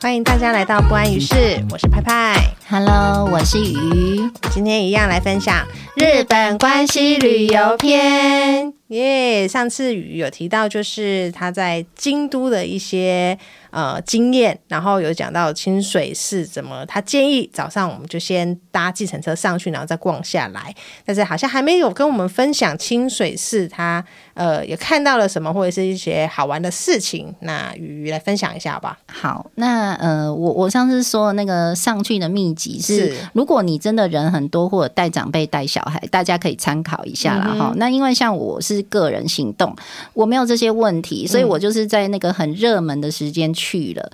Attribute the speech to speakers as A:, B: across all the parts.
A: 欢迎大家来到不安于室，我是派派，
B: Hello，我是鱼。
A: 今天一样来分享
B: 日本关系旅游篇。
A: 耶、上次雨有提到，就是他在京都的一些呃经验，然后有讲到清水寺怎么，他建议早上我们就先搭计程车上去，然后再逛下来。但是好像还没有跟我们分享清水寺他呃也看到了什么，或者是一些好玩的事情。那雨来分享一下吧。
B: 好，那呃，我我上次说的那个上去的秘籍是，
A: 是
B: 如果你真的人很多或者带长辈带小孩，大家可以参考一下啦哈、那因为像我是个人行动，我没有这些问题，所以我就是在那个很热门的时间去了。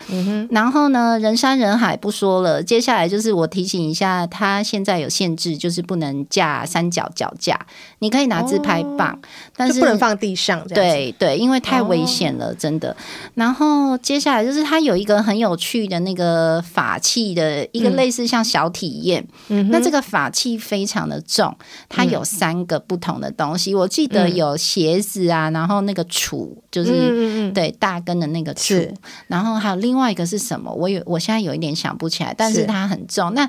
B: 然后呢，人山人海不说了，接下来就是我提醒一下，它现在有限制，就是不能架三角脚架，你可以拿自拍棒，但
A: 就是不能放地上这样子。哦
B: 对对，因为太危险了，真的。然后接下来就是它有一个很有趣的那个法器的一个
A: 嗯
B: 类似像小体验，那这个法器非常的重，它
A: 嗯
B: 有三个不同的东西，我记得有鞋子啊，然后那个杵就
A: 嗯
B: 是。
A: 嗯嗯，
B: 对大根的那个杵
A: 是，
B: 然后还有另外一个是什么？我有，我现在有一点想不起来，但
A: 是
B: 是它很重。那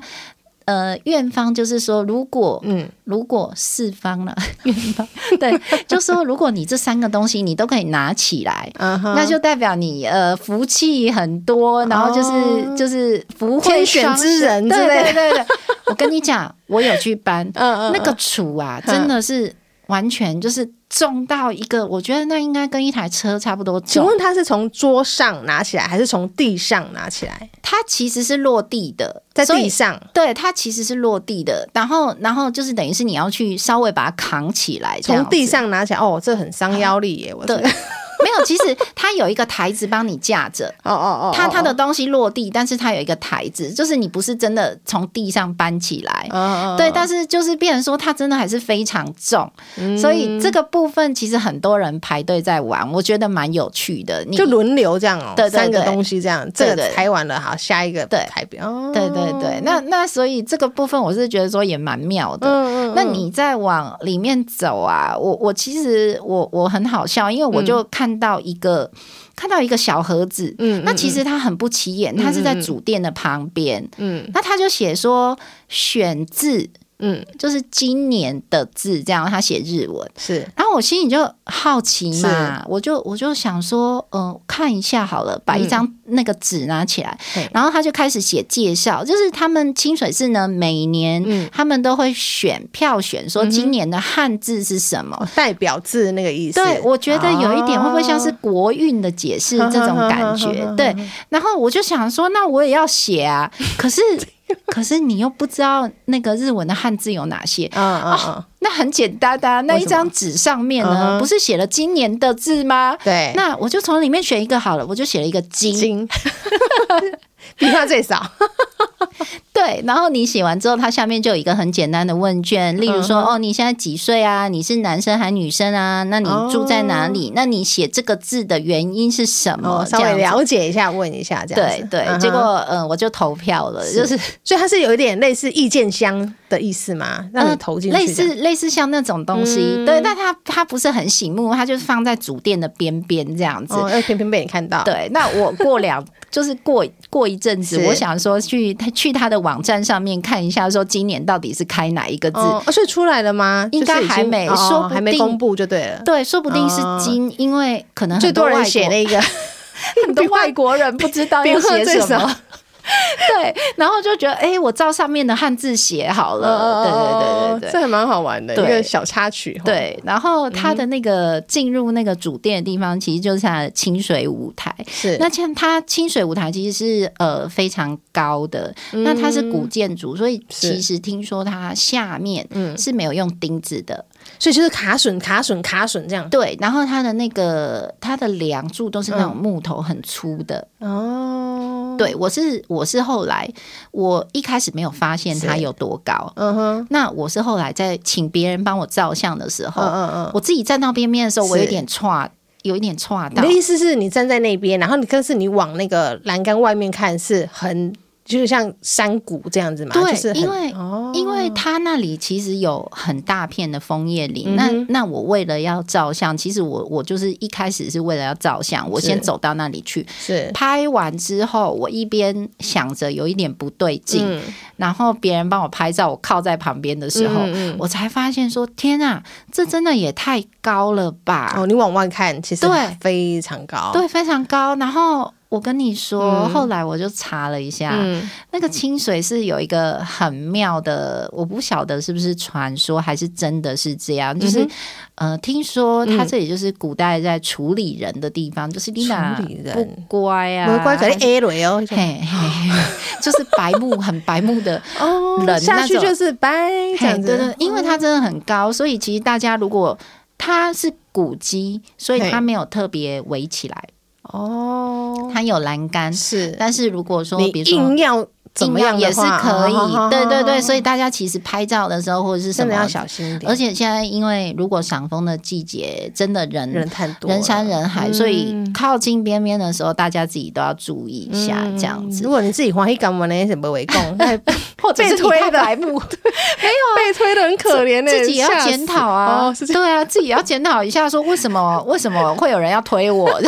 B: 呃，院方就是说，如果
A: 嗯，
B: 如果四方了，院方 对，就说如果你这三个东西你都可以拿起来。
A: 嗯哼，
B: 那就代表你呃福气很多，然后就是、
A: 哦
B: 就是福慧
A: 天选
B: 双
A: 之
B: 生
A: 人之
B: 对
A: 类
B: 对对对，我跟你讲，我有去搬，
A: 嗯嗯
B: 那个杵啊，
A: 嗯
B: 真的是完全就是重到一个，我觉得那应该跟一台车差不多
A: 请
B: 重。
A: 问他是从桌上拿起来，还是从地上拿起来？
B: 它其实是落地的，
A: 在
B: 所以
A: 地上，
B: 对，它其实是落地的，然后然后就是等于是你要去稍微把它扛起来，这样
A: 从
B: 子
A: 地上拿起来，哦，这很伤腰力耶！我觉
B: 对
A: 得，
B: 没有，其实它有一个台子帮你架着。
A: 哦哦哦，
B: 它它的
A: 哦，
B: 东西落地，但是它有一个台子，就是你不是真的从地上搬起来，
A: 哦
B: 对，但是就是变成说它真的还是非常重，
A: 嗯
B: 所以这个部分其实很多人排队在玩，我觉得蛮有趣的。你
A: 就轮流这样哦，
B: 对对对
A: 三个东西这样，这
B: 对
A: 个排完了，好，下一个
B: 对
A: 排表，哦
B: 对对对，那那所以这个部分我是觉得说也蛮妙的。
A: 嗯嗯，
B: 那你再往里面走啊，我我其实我我很好笑，因为我就看到一个、看到一个小盒子，
A: 嗯
B: 那其实它很不起眼，它是在主店的旁边，
A: 嗯
B: 那他就写说选自
A: 嗯
B: 就是今年的字，这样他写日文。
A: 是
B: 然后我心里就好奇嘛，我就我就想说，嗯、看一下好了，把一
A: 嗯
B: 张那个纸拿起来，
A: 嘿
B: 然后他就开始写介绍，就是他们清水寺呢，每年、
A: 嗯
B: 他们都会选票选说今年的汉字是什么。
A: 哦代表字那个意思，
B: 对，我觉得有一点会不会像是国运的解 释
A: 哦
B: 这种感 觉？对，然后我就想说，那我也要写啊，可是可是你又不知道那个日文的汉字有哪些，
A: 嗯
B: 啊
A: 嗯嗯，
B: 那很简单的、啊，那一张纸上面
A: 为什么嗯
B: 呢，
A: 哼哎
B: 不是写了今年的字吗？
A: 对，
B: 那我就从里面选一个好了，我就写了一个金。
A: 金比他最少，
B: 对，然后你写完之后，它下面就有一个很简单的问卷，例如
A: 嗯
B: 说，哦，你现在几岁啊？你是男生还女生啊？那你住在哪里？那你写这个字的原因是什么？
A: 哦哦，稍
B: 这
A: 微
B: 样子
A: 了解一下，问一下这样
B: 对
A: 子，
B: 对，
A: 嗯哼
B: 结果呃，我就投票了，就是
A: 所以它是有一点类似意见箱的意思吗？让你投进去、
B: 呃类似，类似像那种东西，
A: 嗯
B: 对，但它它不是很醒目，它就是放在主店的边边这样子。
A: 哦，要偏偏被你看到。，
B: 对，那我过两就是过过一阵子
A: 是，
B: 我想说去他去他的网站上面看一下，说今年到底是开哪一个字。
A: 哦，所以出来了吗？
B: 应该
A: 就是已经
B: 还没
A: 哦
B: 说不定
A: 还没公布就对了。
B: 对，说不定是
A: 哦
B: 金，因为可能
A: 最
B: 很多
A: 多人
B: 外
A: 写
B: 国
A: 那 个，
B: 很多外国人不知道要写
A: 笔画最
B: 什
A: 少
B: 么。对，然后就觉得，哎、我照上面的汉字写好呃
A: 嗯
B: 了。对对对对对。
A: 哦这还蛮好玩的一
B: 对
A: 个小插曲。吼，
B: 对，然后他
A: 嗯
B: 的那个进入那个主店的地方，其实就是他的清水舞台。
A: 是
B: 那像它清水舞台其实是呃非常高的，那它是古建筑，所以
A: 嗯是
B: 其实听说它下面
A: 嗯
B: 是没有用钉子的。
A: 所以就是卡榫、卡榫、卡榫这样。
B: 对，然后它的那个它的梁柱都是那
A: 嗯
B: 种木头很粗的。
A: 哦，
B: 对我是我是后来我一开始没有发现它有多高，
A: 嗯哼，
B: 那我是后来在请别人帮我照相的时候，
A: 嗯嗯嗯。
B: 我自己站到边边的时候，
A: 是
B: 我有点岔，有一点岔
A: 你
B: 到
A: 的。意思是你站在那边，然后你可是你往那个栏杆外面看是很就是像山谷这样子嘛，
B: 对
A: 啊就是很
B: 因为
A: 哦
B: 因为它那里其实有很大片的枫叶林，
A: 嗯
B: 那
A: 哼
B: 那我为了要照相，其实我我就是一开始是为了要照相，我
A: 是
B: 先走到那里去，
A: 是
B: 拍完之后，我一边想着有一点不对劲，
A: 嗯
B: 然后别人帮我拍照，我靠在旁边的时候，
A: 嗯嗯
B: 我才发现说：天啊，这真的也太高了吧！
A: 哦，你往外看其实
B: 对
A: 非常高，
B: 对，非常高。然后我跟你说，
A: 嗯
B: 后来我就查了一下，
A: 嗯
B: 那个清水是有一个很妙的，我不晓得是不是传说还是真的是这样，就是、
A: 嗯
B: 呃，听说它
A: 嗯
B: 这里就是古代在处理人的地方，就是丽娜
A: 处理人
B: 不乖啊，
A: 魔怪可能 A 类哦，
B: 嘿，嘿嘿就是白目很白目的。
A: 哦
B: 冷
A: 下
B: 那
A: 去
B: 种
A: 就是拜这
B: 嘿
A: 样子，
B: 对对，因为
A: 哦
B: 它真的很高，所以其实大家如果它是古迹，所以
A: 嘿
B: 它没有特别围起来，
A: 哦，
B: 它有栏杆。
A: 是，
B: 但是如果说
A: 你
B: 比如说
A: 硬要怎么样
B: 硬要
A: 的
B: 也是
A: 话
B: 可以，
A: 哦
B: 对对对，
A: 哦
B: 所以大家其实拍照的时候或者是什
A: 真
B: 么
A: 的要小心一点，
B: 而且现在因为如果赏枫的季节，真的人
A: 人太多了，
B: 人山人海，
A: 嗯
B: 所以靠近边边的时候，大家自己都要注意一下，
A: 嗯
B: 这样子
A: 如。果你自己欢喜干嘛呢？什么围 攻，那
B: 或
A: 被推的白目，没有 被推的很可怜呢，欸
B: 自己也
A: 吓
B: 要
A: 死
B: 检讨啊，
A: 哦，是这样
B: 对啊，自己要检讨一下，说为什么为什么会有人要推我？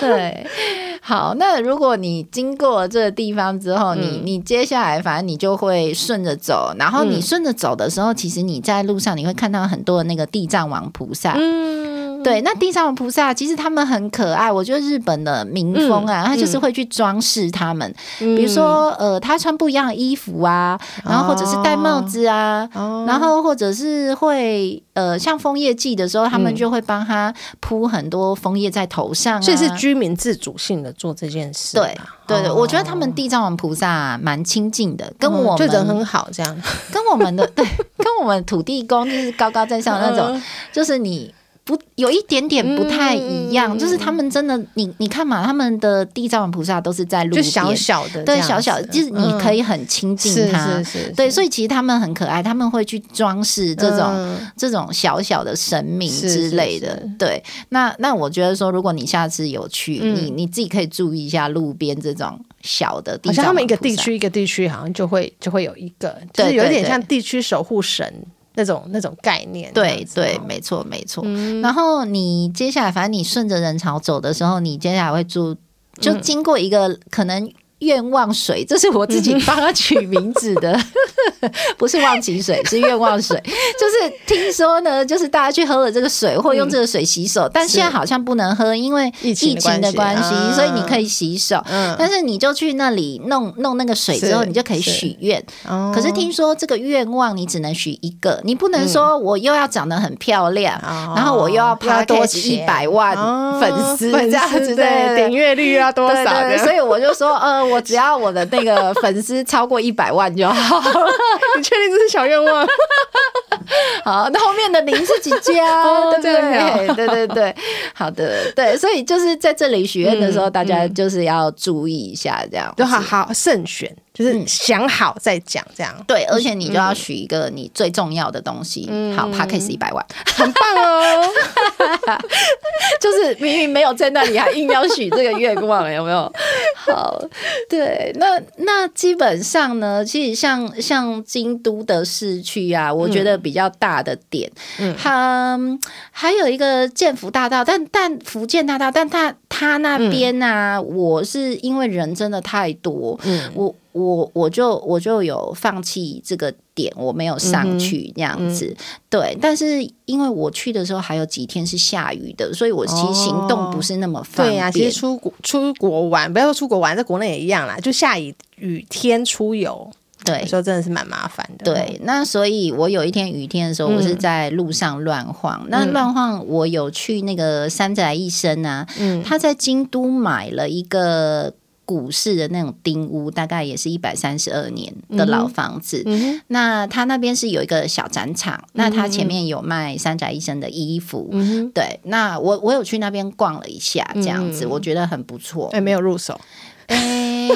B: 对，好，那如果你经过了这个地方之后，你你接下来反正你就会顺着走，然后你
A: 嗯
B: 顺着走的时候，其实你在路上你会看到很多的那个地藏王菩萨，
A: 嗯，
B: 对，那地藏王菩萨其实他们很可爱，我觉得日本的民风啊，他就是会去装饰他们，
A: 嗯
B: 比如说呃，他穿不一样的衣服啊，然后或者是戴帽子啊。
A: 哦，
B: 然后或者是会呃，像枫叶季的时
A: 嗯
B: 候，他们就会帮他铺很多枫叶在头上、啊，
A: 所以是居民自主性的做这件事嘛，
B: 对对对，
A: 哦
B: 我觉得他们地藏王菩萨蛮亲近的，跟
A: 嗯
B: 我
A: 就
B: 们、
A: 人很好这样，
B: 跟我们的对，跟我们土地公就是高高在上的
A: 嗯
B: 那种，就是你不有一点点不太一样，
A: 嗯
B: 就是他们真的，你你看嘛，他们的地藏王菩萨都是在路
A: 就
B: 边，
A: 小小的这
B: 对
A: 样子，
B: 小小，就是你可
A: 以
B: 以很亲近
A: 是
B: 他。
A: 是是，
B: 对，
A: 是
B: 所以其实他们很可爱，他们会去装饰这种、
A: 嗯
B: 这种小小的神明
A: 是
B: 之类的。
A: 是
B: 对，那那我觉得说，如果你下次有去，
A: 嗯
B: 你你自己可以注意一下路边这种小的地
A: 好
B: 藏
A: 像他
B: 王菩萨，
A: 们一个地区一个地区好像就会就会有一个，就
B: 对
A: 是有一
B: 对
A: 点
B: 对
A: 像地区守护神那种那种概念这样
B: 对
A: 子哦，嗯
B: 对，没错没错。然后你接下来，反正你顺着人潮走的时候，你接下来会住，就
A: 嗯
B: 经过一个可能。愿望水，这是我自己帮他取名字 的，不是忘情水，是愿望水。就是听说呢，就是大家去喝了这个水，或用这个水洗手，但
A: 是
B: 现在好像不能喝，因为
A: 疫情的
B: 的
A: 关
B: 关
A: 系
B: 系，
A: 啊
B: 所以你可以洗手。
A: 嗯
B: 但是你就去那里弄弄那个水之后，
A: 是
B: 你就可以
A: 是
B: 许愿。
A: 哦
B: 可是听说这个愿望你只能许一个，你不能说我又要长得很漂亮，
A: 哦
B: 然后我又要
A: 要多
B: podcast 一
A: 钱
B: 百万
A: 哦
B: 粉丝这样子，
A: 对点阅率要多
B: 对
A: 少
B: 对，
A: 的？
B: 所以我就说，呃，我只要我的那个粉丝超过一百万就好。
A: 你确定这是小愿 望？
B: 好，那后面的零是几家？
A: 哦
B: 对不
A: 这样
B: 对？对对对，好的，对，所以就是在这里许愿的时候，
A: 嗯
B: 大家就是要注意一下，这样
A: 就好好慎选，
B: 嗯
A: 就是想好再讲，这样
B: 对，而且你就要许一个你最重要的东西。好 p a c k a g e 一百万，
A: 很棒哦。
B: 就是明明没有在那里，还硬要许这个愿望，有没有？好，对，那那基本上呢，其实像像京都的市区啊，我觉得比较大的点，
A: 嗯
B: 嗯，还有一个建福大道，但但福建大道，但它它那边啊，我是因为人真的太多，
A: 嗯
B: 我我我就我就有放弃这个点，我没有上
A: 嗯
B: 去这样子。对，但是因为我去的时候还有几天是下雨的，所以我其实行动不是那么方便。
A: 哦对呀、啊其实出国出国玩，不要说出国玩，在国内也一样啦。就下雨雨天出游，有
B: 对
A: 时候真的是蛮麻烦的。嗯
B: 对，那所以我有一天雨天的时候，我是在路上乱晃。那乱晃，我有去那个山宅医生啊，
A: 嗯
B: 他在京都买了一个。古式的那种丁屋，大概也是一百三十二年的老房子。
A: 嗯
B: 那他那边是有一个小展场，那他前面有卖山宅医生的衣服。
A: 嗯哼，
B: 对，那我我有去那边逛了一下，这样子、
A: 嗯
B: 我觉得很不错
A: 哎、。没有入手，
B: 哎、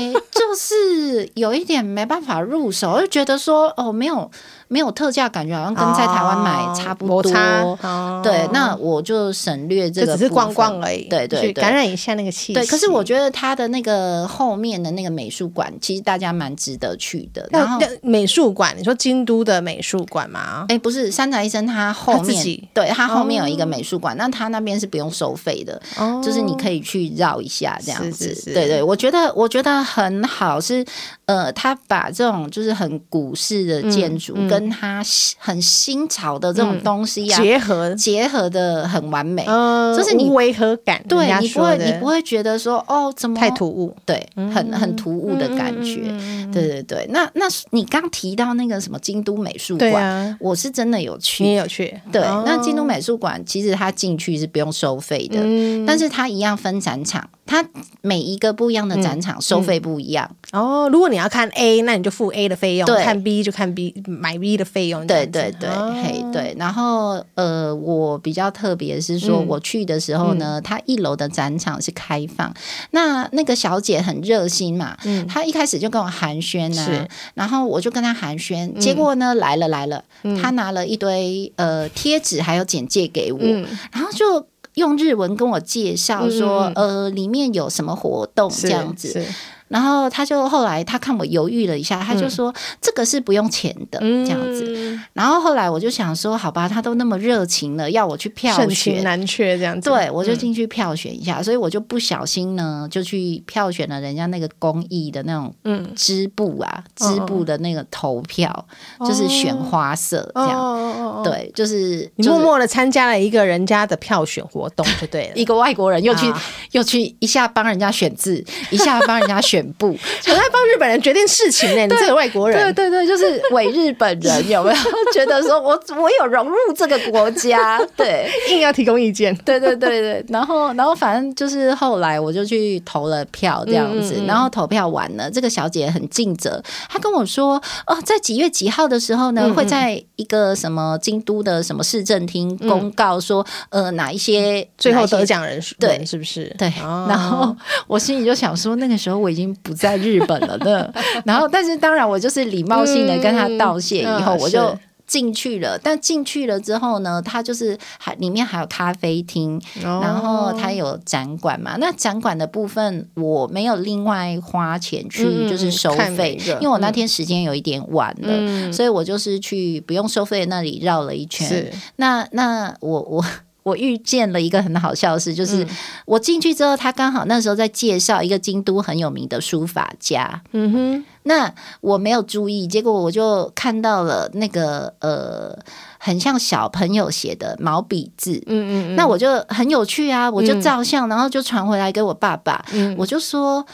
B: 就是有一点没办法入手，就觉得说哦，没有没有特价，感觉好像跟在台湾买差不多。
A: 摩擦哦
B: 对，那我就省略这
A: 就
B: 个，
A: 只是逛逛而已，
B: 对对
A: 去感
B: 对。
A: 染一下那个气息。
B: 对，可是我觉得它的那个后面的那个美术馆，其实大家蛮值得去的。然
A: 那
B: 后，
A: 那美术馆，你说京都的美术馆吗？
B: 哎，不是三宅医生，他后
A: 他自
B: 面
A: 己
B: 对他后面有一个美术馆，那他那边是不用收费的，
A: 哦
B: 就是你可以去绕一下这样子。
A: 是是是
B: 对对，我觉得我觉得很好，是呃，他把这种就是很古式
A: 嗯
B: 的建筑、跟他新很新潮的这种东西啊、
A: 结合，
B: 结合的很完美。
A: 呃，
B: 就是你
A: 无违和感，人
B: 对
A: 家
B: 你不
A: 说
B: 会
A: 的
B: 你不会觉得说哦怎么
A: 太突嗯兀，
B: 对，很很突兀的
A: 嗯
B: 感觉。对对对，那那你刚提到那个什么京都美术
A: 对
B: 馆，
A: 啊，
B: 我是真的有去
A: 你也有去，
B: 对，
A: 哦
B: 那京都美术馆其实它进去是不用收费的，
A: 嗯
B: 但是它一样分展场，它每一个不一样的展场收费不一样。
A: 哦，如果你要看 A，那你就付 A 的费用；
B: 对
A: 看 B 就看 B 买 B 的费用。这
B: 对
A: 样
B: 对
A: 子
B: 对，
A: 哦
B: 嘿对。然后呃，我比较特别是说，
A: 嗯
B: 我去的时候呢，它一楼的展场是开放，那那个小姐很热心嘛，她一开始就跟我寒暄
A: 嗯
B: 呐
A: 是，嗯
B: 然后我就跟她寒暄，结果呢来了来了，她拿了一堆呃贴纸还有简介给我，
A: 嗯
B: 然后就。用日文跟我介绍说，呃，里面有什么活
A: 嗯
B: 动
A: 是
B: 这样子，
A: 是
B: 然后他就后来他看我犹豫了一下，他
A: 嗯
B: 就说、这个是不用钱的这样子。然后后来我就想说，好吧，他都那么热情了，要我去票
A: 嗯盛情
B: 选。
A: 难却这样子。哦
B: 对，我就进去票选一下，所以我就不小心呢，就去票选了人家那个公益的那种
A: 嗯
B: 织布啊，织布的那个投票，就是选花色这
A: 哦
B: 样。
A: 哦哦，哦
B: 对，就是
A: 你
B: 就
A: 默
B: 是
A: 默的参加了一个人家的票选活动就对了。
B: 一个外国人又去、
A: 啊
B: 又去一下帮人家选 字，一下帮人家选布，
A: 很爱帮日本人决定事情 呢，你这个外国人。
B: 对对对，就是伪日本人有没 有觉得说我我有融入这个国家？对。
A: 硬要提供意见，
B: 对对对对，然后然后反正就是后来我就去投了票这样
A: 嗯
B: 子，然后投票完了，这个小姐很尽责，她跟我说哦，在几月几号的时候呢，
A: 嗯
B: 会在一个什么京都的什么市政厅公告说，呃，哪一些
A: 嗯最后
B: 哪一些
A: 得奖人是
B: 对
A: 人是不是？
B: 对，
A: 哦
B: 然后我心里就想说，那个时候我已经不在日本了 呢。然后，但是当然，我就是礼貌性的跟他道谢，
A: 嗯
B: 以后
A: 嗯
B: 我就是进去了。但进去了之后呢，他就是还里面还有咖啡厅，
A: 哦
B: 然后它有展馆嘛。那展馆的部分我没有另外花钱去
A: 嗯
B: 就是收
A: 看每
B: 费
A: 一，个
B: 因为我那天时间有一点晚了，所以我就是去不用收费的那里绕了一圈。
A: 是
B: 那那我我我遇见了一个很好笑的事，就是、
A: 嗯
B: 我进去之后，他刚好那时候在介绍一个京都很有名的书法家，
A: 嗯哼，
B: 那我没有注意，结果我就看到了那个呃，很像小朋友写的毛笔字，
A: 嗯嗯
B: 那我就很有趣啊，我就照相，然后就传回来给我爸爸，
A: 嗯
B: 我就说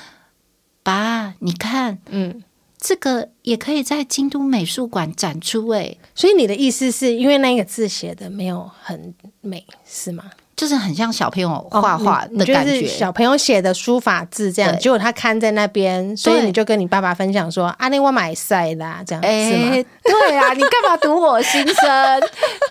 B: 爸，你看
A: 嗯。
B: 这个也可以在京都美术馆展出欸诶、
A: 所以你的意思是因为那个字写的没有很美，是吗？
B: 就是很像小朋友画画
A: 哦你
B: 的感
A: 就是
B: 觉，
A: 小朋友写的书法字这样，
B: 对
A: 结果他看在那边，所以你就跟你爸爸分享说：“啊，那我买塞啦，这样、是吗？
B: 对啊，你干嘛读我心声？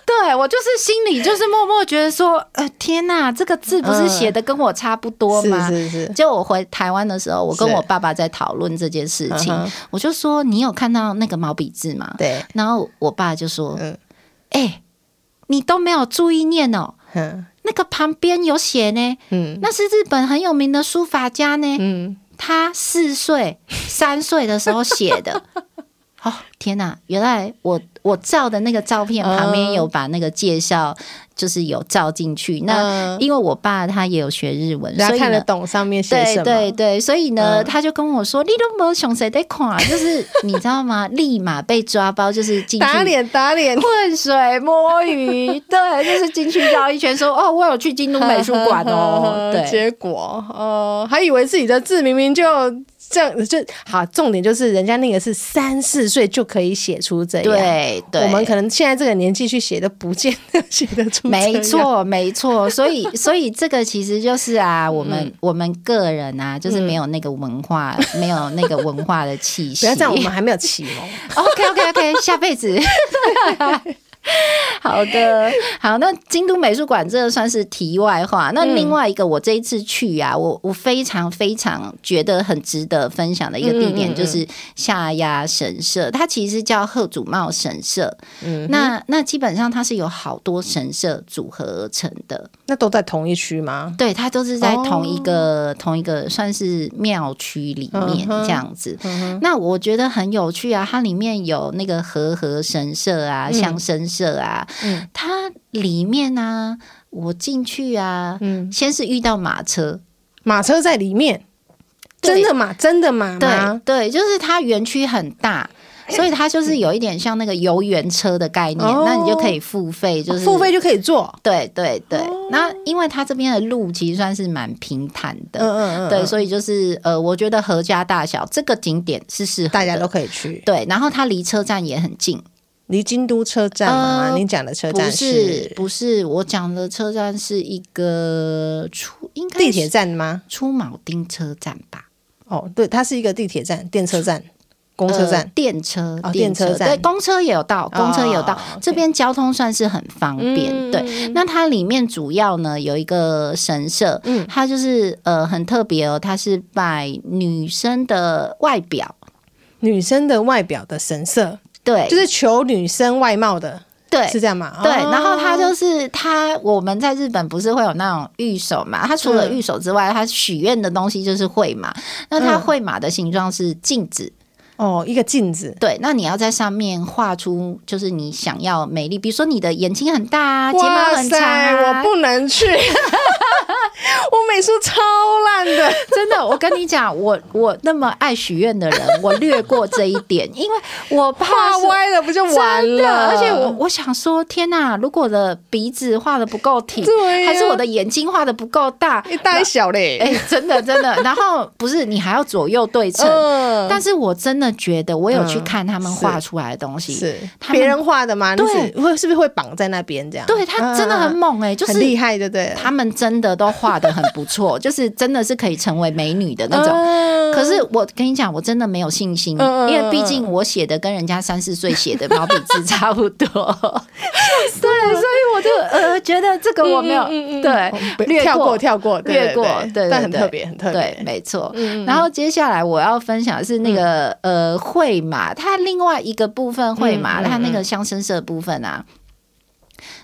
B: 对我就是心里就是默默觉得说，呃，天哪，这个字不是写的跟我差不多
A: 嗯
B: 吗？
A: 是是是，
B: 就我回台湾的时候，我跟
A: 是
B: 我爸爸在讨论这件事情
A: 嗯哼，
B: 我就说你有看到那个毛笔字吗？
A: 对，
B: 然后我爸就说，哎、
A: 嗯
B: 你都没有注意念哦，
A: 嗯
B: 那个旁边有写呢，
A: 嗯
B: 那是日本很有名的书法家呢，
A: 嗯，
B: 他四岁、三岁的时候写 的。哦，天哪！原来我我照的那个照片
A: 嗯
B: 旁边有把那个介绍，就是有照进去。那因为我爸他也有学日文，
A: 大家
B: 所
A: 嗯
B: 以
A: 看得
B: 呢。
A: 懂上面写什
B: 对
A: 么，嗯
B: 对对，所以呢，他就跟我说：“你都没有想谁在看啊，就是你知道吗？立马被抓包，就是进去
A: 打脸打 脸，
B: 浑水摸鱼，对，就是进去绕一圈说哦，我有去京都美术馆 哦，对，
A: 结果哦、还以为自己的字明明就这样，就好，重点就是人家那个是三四岁就可以写出这样，
B: 对对，
A: 我们可能现在这个年纪去写都不见得写得出，
B: 没，错，没错， 所以所以这个其实就是啊，我们、
A: 嗯
B: 我们个人啊，就是没有那个 文化，没有那个文化的气息。
A: 不要这样，我们还没有启蒙。
B: OK OK OK，下辈子。好的，好，那京都美术馆这算是题外话。那
A: 嗯
B: 另外一个，我这一次去啊，我我非常非常觉得很值得分享的一个地
A: 嗯嗯嗯
B: 点，就是下鸭神社，它其实叫贺祖茂神社。嗯，那那基本上它是有好多神社组合而成的，
A: 那都在同一区吗？
B: 对，它都是在
A: 哦
B: 同一个、同一个算是庙区里
A: 嗯
B: 面
A: 哼
B: 这样子。那我觉得很有趣啊，它里面有那个和合神社啊、相生社啊，
A: 嗯
B: 它里面呢、我进去啊，
A: 嗯
B: 先是遇到马车，
A: 马车在里面，
B: 对
A: 真的马，真的马
B: 对
A: 吗？
B: 对，就是它园区很大。所以它就是有一点像那个游园车的概念，
A: 哦
B: 那你就可以付费，就是
A: 付费就可哦以坐。
B: 对对对，那因为它这边的路其实算是蛮平坦的，
A: 嗯嗯嗯，
B: 对，
A: 嗯
B: 所以就是呃，我觉得合家大小这个景点是适合
A: 大家
B: 的
A: 都可以去。
B: 对，然后它离车站也很近，
A: 离京都车站吗？
B: 呃
A: 你讲的车
B: 不
A: 站
B: 是不是我讲的车站是一个出应该
A: 地铁
B: 是
A: 站吗？
B: 出铆町车站吧？
A: 哦，对，它是一个地铁站、电车站、公车
B: 呃
A: 站。
B: 电车
A: 哦电车站
B: 对，公车也有到，公车也有到，
A: 哦，OK
B: 这边交通算是很方便，
A: 嗯
B: 对。那它里面主要呢有一个神社，
A: 嗯
B: 它就是呃很特别哦，它是拜女生的外表，
A: 女生的外表的神色，
B: 对，
A: 就是求女生外貌的，
B: 对，
A: 是这样吗？
B: 对，
A: 哦
B: 然后他就是他，我们在日本不是会有那种御守嘛？他除了
A: 嗯
B: 御守之外，他许愿的东西就是绘马。那他
A: 嗯
B: 绘马的形状是镜子，
A: 哦，一个镜子，
B: 对，那你要在上面画出就是你想要美丽，比如说你的眼睛很大啊，睫毛
A: 哇
B: 很长
A: 塞，
B: 啊。
A: 我不能去， 我美术超烂的，
B: 真的，我跟你讲，我我那么爱许愿的人，我略过这一点，因为我怕
A: 画
B: 是
A: 歪了不就完
B: 真的
A: 了？
B: 而且我我想说，天哪！如果我的鼻子画的不够挺，
A: 对呀
B: 还是我的眼睛画的不够大，
A: 一大一小嘞，
B: 哎、真的 真的。然后不是你还要左右对称，
A: 嗯，
B: 但是我真的觉得我有去
A: 嗯
B: 看他们
A: 是
B: 画出来的东西，
A: 是
B: 他们
A: 别人画的吗？你
B: 对
A: 只会是不是会绑在那边这样？
B: 对他真的
A: 啊，
B: 很猛哎、就
A: 很嗯厉
B: 是
A: 害，对不对了？
B: 他们真的都画的很不 错，就是真的是可以成为美女的那种。
A: 嗯
B: 可是我跟你讲，我真的没有信心，
A: 嗯嗯
B: 因为毕竟我写的跟人家三四岁写的毛笔字差 不多， 对，所以我就呃觉得这个我没
A: 嗯
B: 有、
A: 我们
B: 对
A: 不
B: 略
A: 哦跳
B: 过
A: 过跳过对
B: 略过，对对
A: 但很
B: 对
A: 特别，很嗯特
B: 对，
A: 别。
B: 没错。然后接下来我要分享的是那个、呃绘马，它另外一个部分绘
A: 嗯
B: 马，
A: 嗯
B: 它那个相生社的部分啊，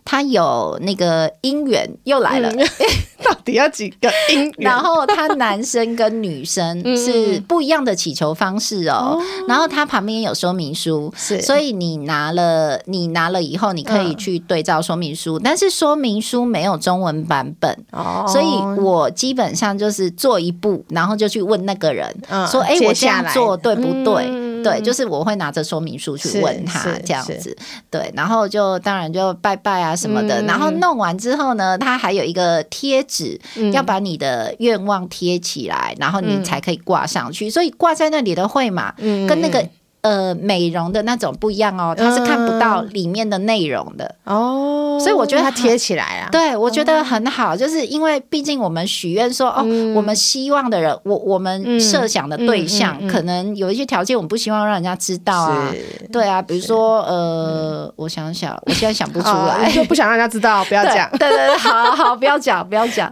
B: 它有那个姻缘又来
A: 嗯
B: 了，
A: 到底要几个音？
B: 嗯然后它男生跟女生
A: 嗯
B: 是不一样的祈求方式哦。然后它旁边有说明书，
A: 是
B: 所以你拿了你拿了以后，你可以
A: 嗯
B: 去对照说明书，但是说明书没有中文版本。
A: 哦
B: 所以我基本上就是做一步，然后就去问那个人、
A: 嗯
B: 说：“哎、
A: 接
B: 我这
A: 下
B: 样
A: 来
B: 做对不对？”
A: 嗯
B: 对，就是我会拿着说明书去问他
A: 是是
B: 这样子，对，然后就当然就拜拜啊什么的，
A: 嗯
B: 然后弄完之后呢，他还有一个贴纸，
A: 嗯
B: 要把你的愿望贴起来，然后你才可以挂上
A: 嗯
B: 去，所以挂在那里的会嘛，跟那个。呃，美容的那种不一样哦，它
A: 嗯
B: 是看不到里面的内容的。
A: 哦，
B: 所以我觉得
A: 它
B: 它
A: 贴起来啊，
B: 对，我觉得很好，就是因为毕竟我们许愿说，哦，我们希望的人，我我们
A: 嗯
B: 设想的对象，
A: 嗯嗯嗯
B: 可能有一些条件，我们不希望让人家知道啊。
A: 是
B: 对啊，比如说，呃，我想想，我现在想不出
A: 哦
B: 来
A: 你。就不想让人家知道，不要
B: 对。
A: 讲
B: 对对对，好好，不要讲，不要 讲。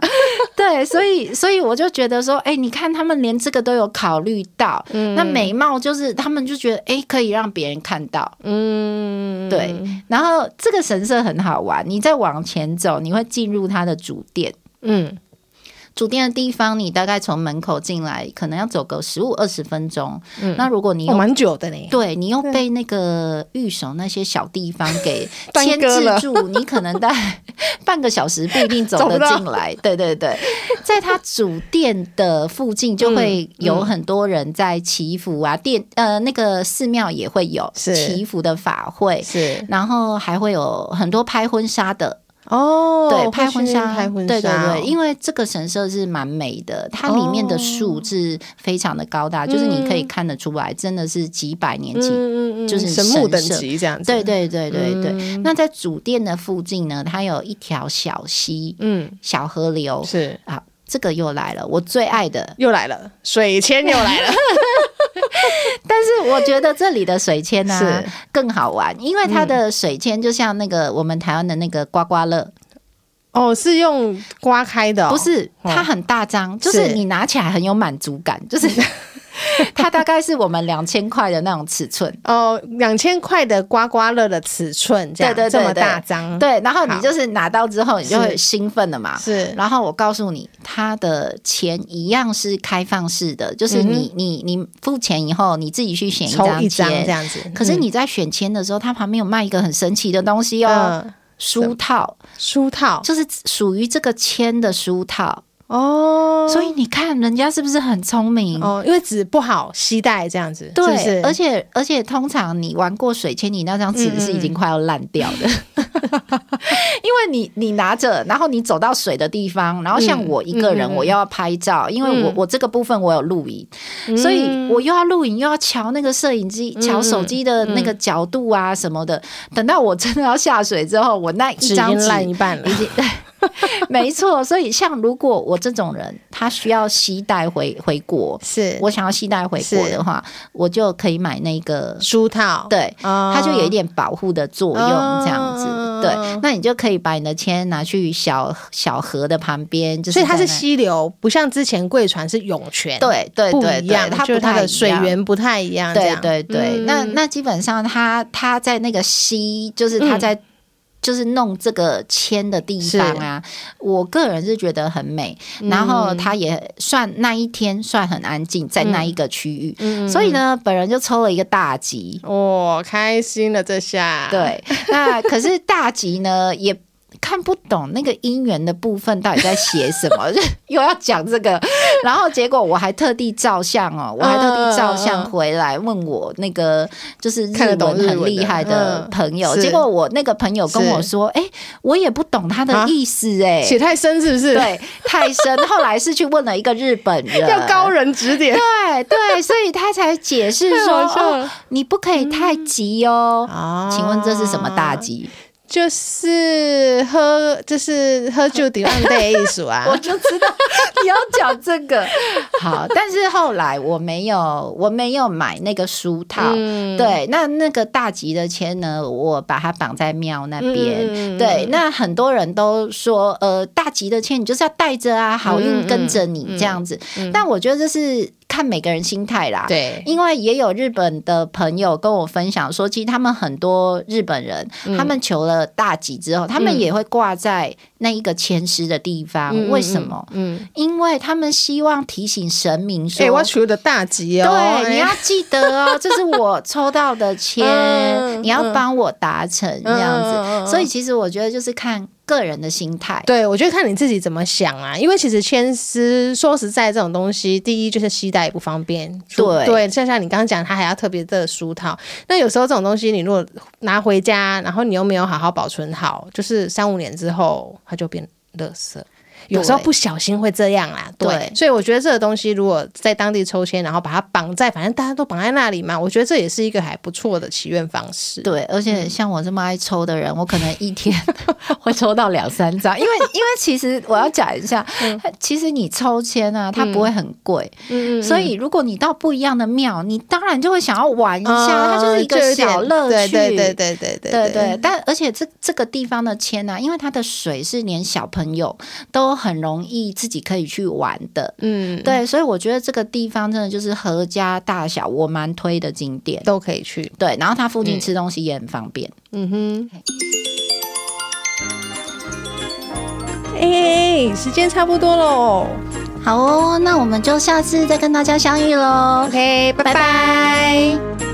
B: 对，所以所以我就觉得说，哎、你看他们连这个都有考虑到，
A: 嗯
B: 那美貌就是他们就觉得，哎、可以让别人看到，
A: 嗯，
B: 对。然后这个神社很好玩，你再往前走，你会进入它的主殿。
A: 嗯，
B: 主店的地方，你大概从门口进来，可能要走个十五二十分钟。那如果你
A: 哦，
B: 又、
A: 蛮久的呢。
B: 对你又被那个御守那些小地方 给
A: 耽
B: 牵
A: 搁了
B: 制住，你可能在半个小时不一定走
A: 走
B: 得
A: 不到
B: 进 来。对对对，在它主店的附近就会有很多人在祈福啊，殿呃那个寺庙也会有
A: 嗯是
B: 祈福的法会，
A: 是
B: 然后还会有很多拍婚纱的。
A: 哦，
B: 对，
A: 会
B: 拍婚
A: 去那
B: 纱，
A: 边拍婚纱
B: 对
A: 哦，
B: 对对，因为这个神社是蛮美的，它里面的树是非常的高大，就是你可以看得出来，真的是几百年级。
A: 嗯嗯嗯，
B: 就是
A: 神木
B: 神
A: 等
B: 社
A: 级这样子。
B: 对，对对对对。那在主殿的附近呢，它有一条小溪，
A: 嗯，
B: 小河流。
A: 是
B: 啊，这个又来了，我最爱的。
A: 又来了，水签又来 了，
B: 但是我觉得这里的水签呢、
A: 是
B: 更好玩，因为它的水签就像那个我们台湾的那个刮刮乐，
A: 哦，是用刮开的哦、哦
B: 不是它很大张，就是
A: 是
B: 你拿起来很有满足感，就是 它大概是我们两千块的那种尺寸。
A: 哦，两千块的刮刮乐的尺寸，这样
B: 对对对
A: 这么
B: 对
A: 大张，
B: 对，然后
A: 好
B: 你就是拿到之后，你就会
A: 是
B: 兴奋了嘛。
A: 是
B: 然后我告诉你，它的钱一样是开放式的，就是你、你你付钱以后，你自己去选一
A: 嗯抽一张
B: 张
A: 这
B: 签。
A: 样子。
B: 可是你在选签的时候，它旁边有卖一个很神奇的东西哦，
A: 嗯，
B: 书套，
A: 书套
B: 就是属于这个签的书套。
A: 哦，
B: 所以你看人家是不是很聪明？
A: 哦，因为纸不好携带这样子，
B: 对，
A: 是不是
B: 而且而且，通常你玩过水签，你那张
A: 嗯
B: 纸是已经快要烂掉的， 因为你你拿着，然后你走到水的地方，然后像
A: 嗯
B: 我一个人，我又要拍照，因为我我这个部分我有录影，所以
A: 嗯
B: 我又要录影，又要瞧那个摄影机、瞧手机的
A: 嗯
B: 那个角度啊什么的。等到我真的要下水之后，我那一
A: 纸已
B: 张
A: 经
B: 纸
A: 烂一半了
B: 已。经 没错，所以像如果我这种人，他需要携带回回国，
A: 是
B: 我想要携带回国的话，我就可以买那个，
A: 书套，
B: 对，
A: 哦，
B: 它就有一点保护的作用，
A: 哦
B: 这样子。对，那你就可以把你的签拿去小小河的旁边，就是
A: 所以它
B: 在
A: 是
B: 那
A: 溪流，不像之前贵船是涌泉，，
B: 对对
A: 不
B: 对
A: 一样，
B: 对，它
A: 就是
B: 不
A: 它
B: 太
A: 的
B: 一
A: 水
B: 样。
A: 源不太一样，这
B: 对
A: 样嗯
B: 对对，那那基本上它它在那个溪，就是它
A: 嗯
B: 在、就是弄这个签的地方啊，我个人是觉得很美，
A: 嗯
B: 然后它也算那一天算很安静，在那一个区域，
A: 嗯
B: 所以呢，本人就抽了一个大吉，
A: 哦，开心了这下，，
B: 对，那可是大吉呢也。看不懂那个姻缘的部分到底在写什 么，就又要讲这个，然后结果我还特地照相哦，我还特地照
A: 嗯嗯
B: 相
A: 嗯
B: 回来问我那个就是日
A: 看得
B: 文
A: 懂日
B: 很
A: 文
B: 厉
A: 的
B: 害的
A: 嗯
B: 朋友，
A: 是
B: 结果我那个朋友跟我
A: 是
B: 说，哎，我也不懂他的
A: 啊
B: 意思，哎，
A: 写太深是不是？，
B: 对，太深。后来是去问了一个日本人，
A: 要高人指点，
B: 对对，所以他才解释
A: 太
B: 说，
A: 好笑
B: 哦
A: 了、
B: 你不可以太急哦。
A: 啊
B: 请问这是什么 大？吉？，
A: 就是喝，就是喝酒抵万的艺术 啊
B: 我就知道你要讲这个。 好，但是后来我没有，我没有买那个书套。
A: 嗯，
B: 对，那那个大吉的签呢，我把它绑在庙那边。
A: 嗯
B: 对，，那很多人都说，呃，大吉的签你就是要带着啊，好
A: 嗯
B: 运跟着你这样子。但我觉得这是看每个人心态啦。
A: 对，
B: 因为也有日本的朋友跟我分享说，其实他们很多日本人，
A: 嗯
B: 他们求了大吉之后，他们也会挂在那一个前十的地方。
A: 嗯
B: 为什么？
A: 嗯，
B: 因为他们希望提醒神明说。
A: 哎，我取的大吉哦，
B: 对，你
A: 哎
B: 要记得 哦，这是我抽到的签，
A: 嗯
B: 你要帮我达成这样子。
A: 嗯嗯嗯嗯
B: 所以其实我觉得就是看个人的心态。
A: 对，我觉得看你自己怎么想啊，因为其实牵丝说实在这种东西，第一就是携带也不方便，
B: 对
A: 对，像像你刚刚讲，它还要特别的书套。那有时候这种东西，你如果拿回家，然后你又没有好好保存好，就是三五年之后它就变垃圾。有时候
B: 对
A: 不小心会这样啦，对，
B: 对
A: 所以我觉得这个东西如果在当地抽签，然后把它绑在，反正大家都绑在那里嘛，我觉得这也是一个还不错的祈愿方式。
B: 对，而
A: 嗯
B: 且像我这么爱抽的人，我可能一天 会抽到两三张，因为因为其实我要讲一下，其实你抽签啊，它不会很贵，
A: 嗯
B: 所以如果你到不一样的庙，你当然就会想要玩一下，
A: 嗯
B: 它就是一
A: 就
B: 个
A: 有点
B: 小乐趣。
A: 对对对对对对
B: 对对，但而且这这个地方的签呢、啊，因为它的水是连小朋友都很容易自己可以去玩的，
A: 嗯，
B: 对，所以我觉得这个地方真的就是合家大小，我蛮推的景点。
A: 都可以去。
B: 对，然后它附近吃东西也很方便。
A: 嗯哼。哎、欸，时间差不多喽。
B: 好哦，那我们就下次再跟大家相遇喽，
A: OK，拜拜
B: 拜拜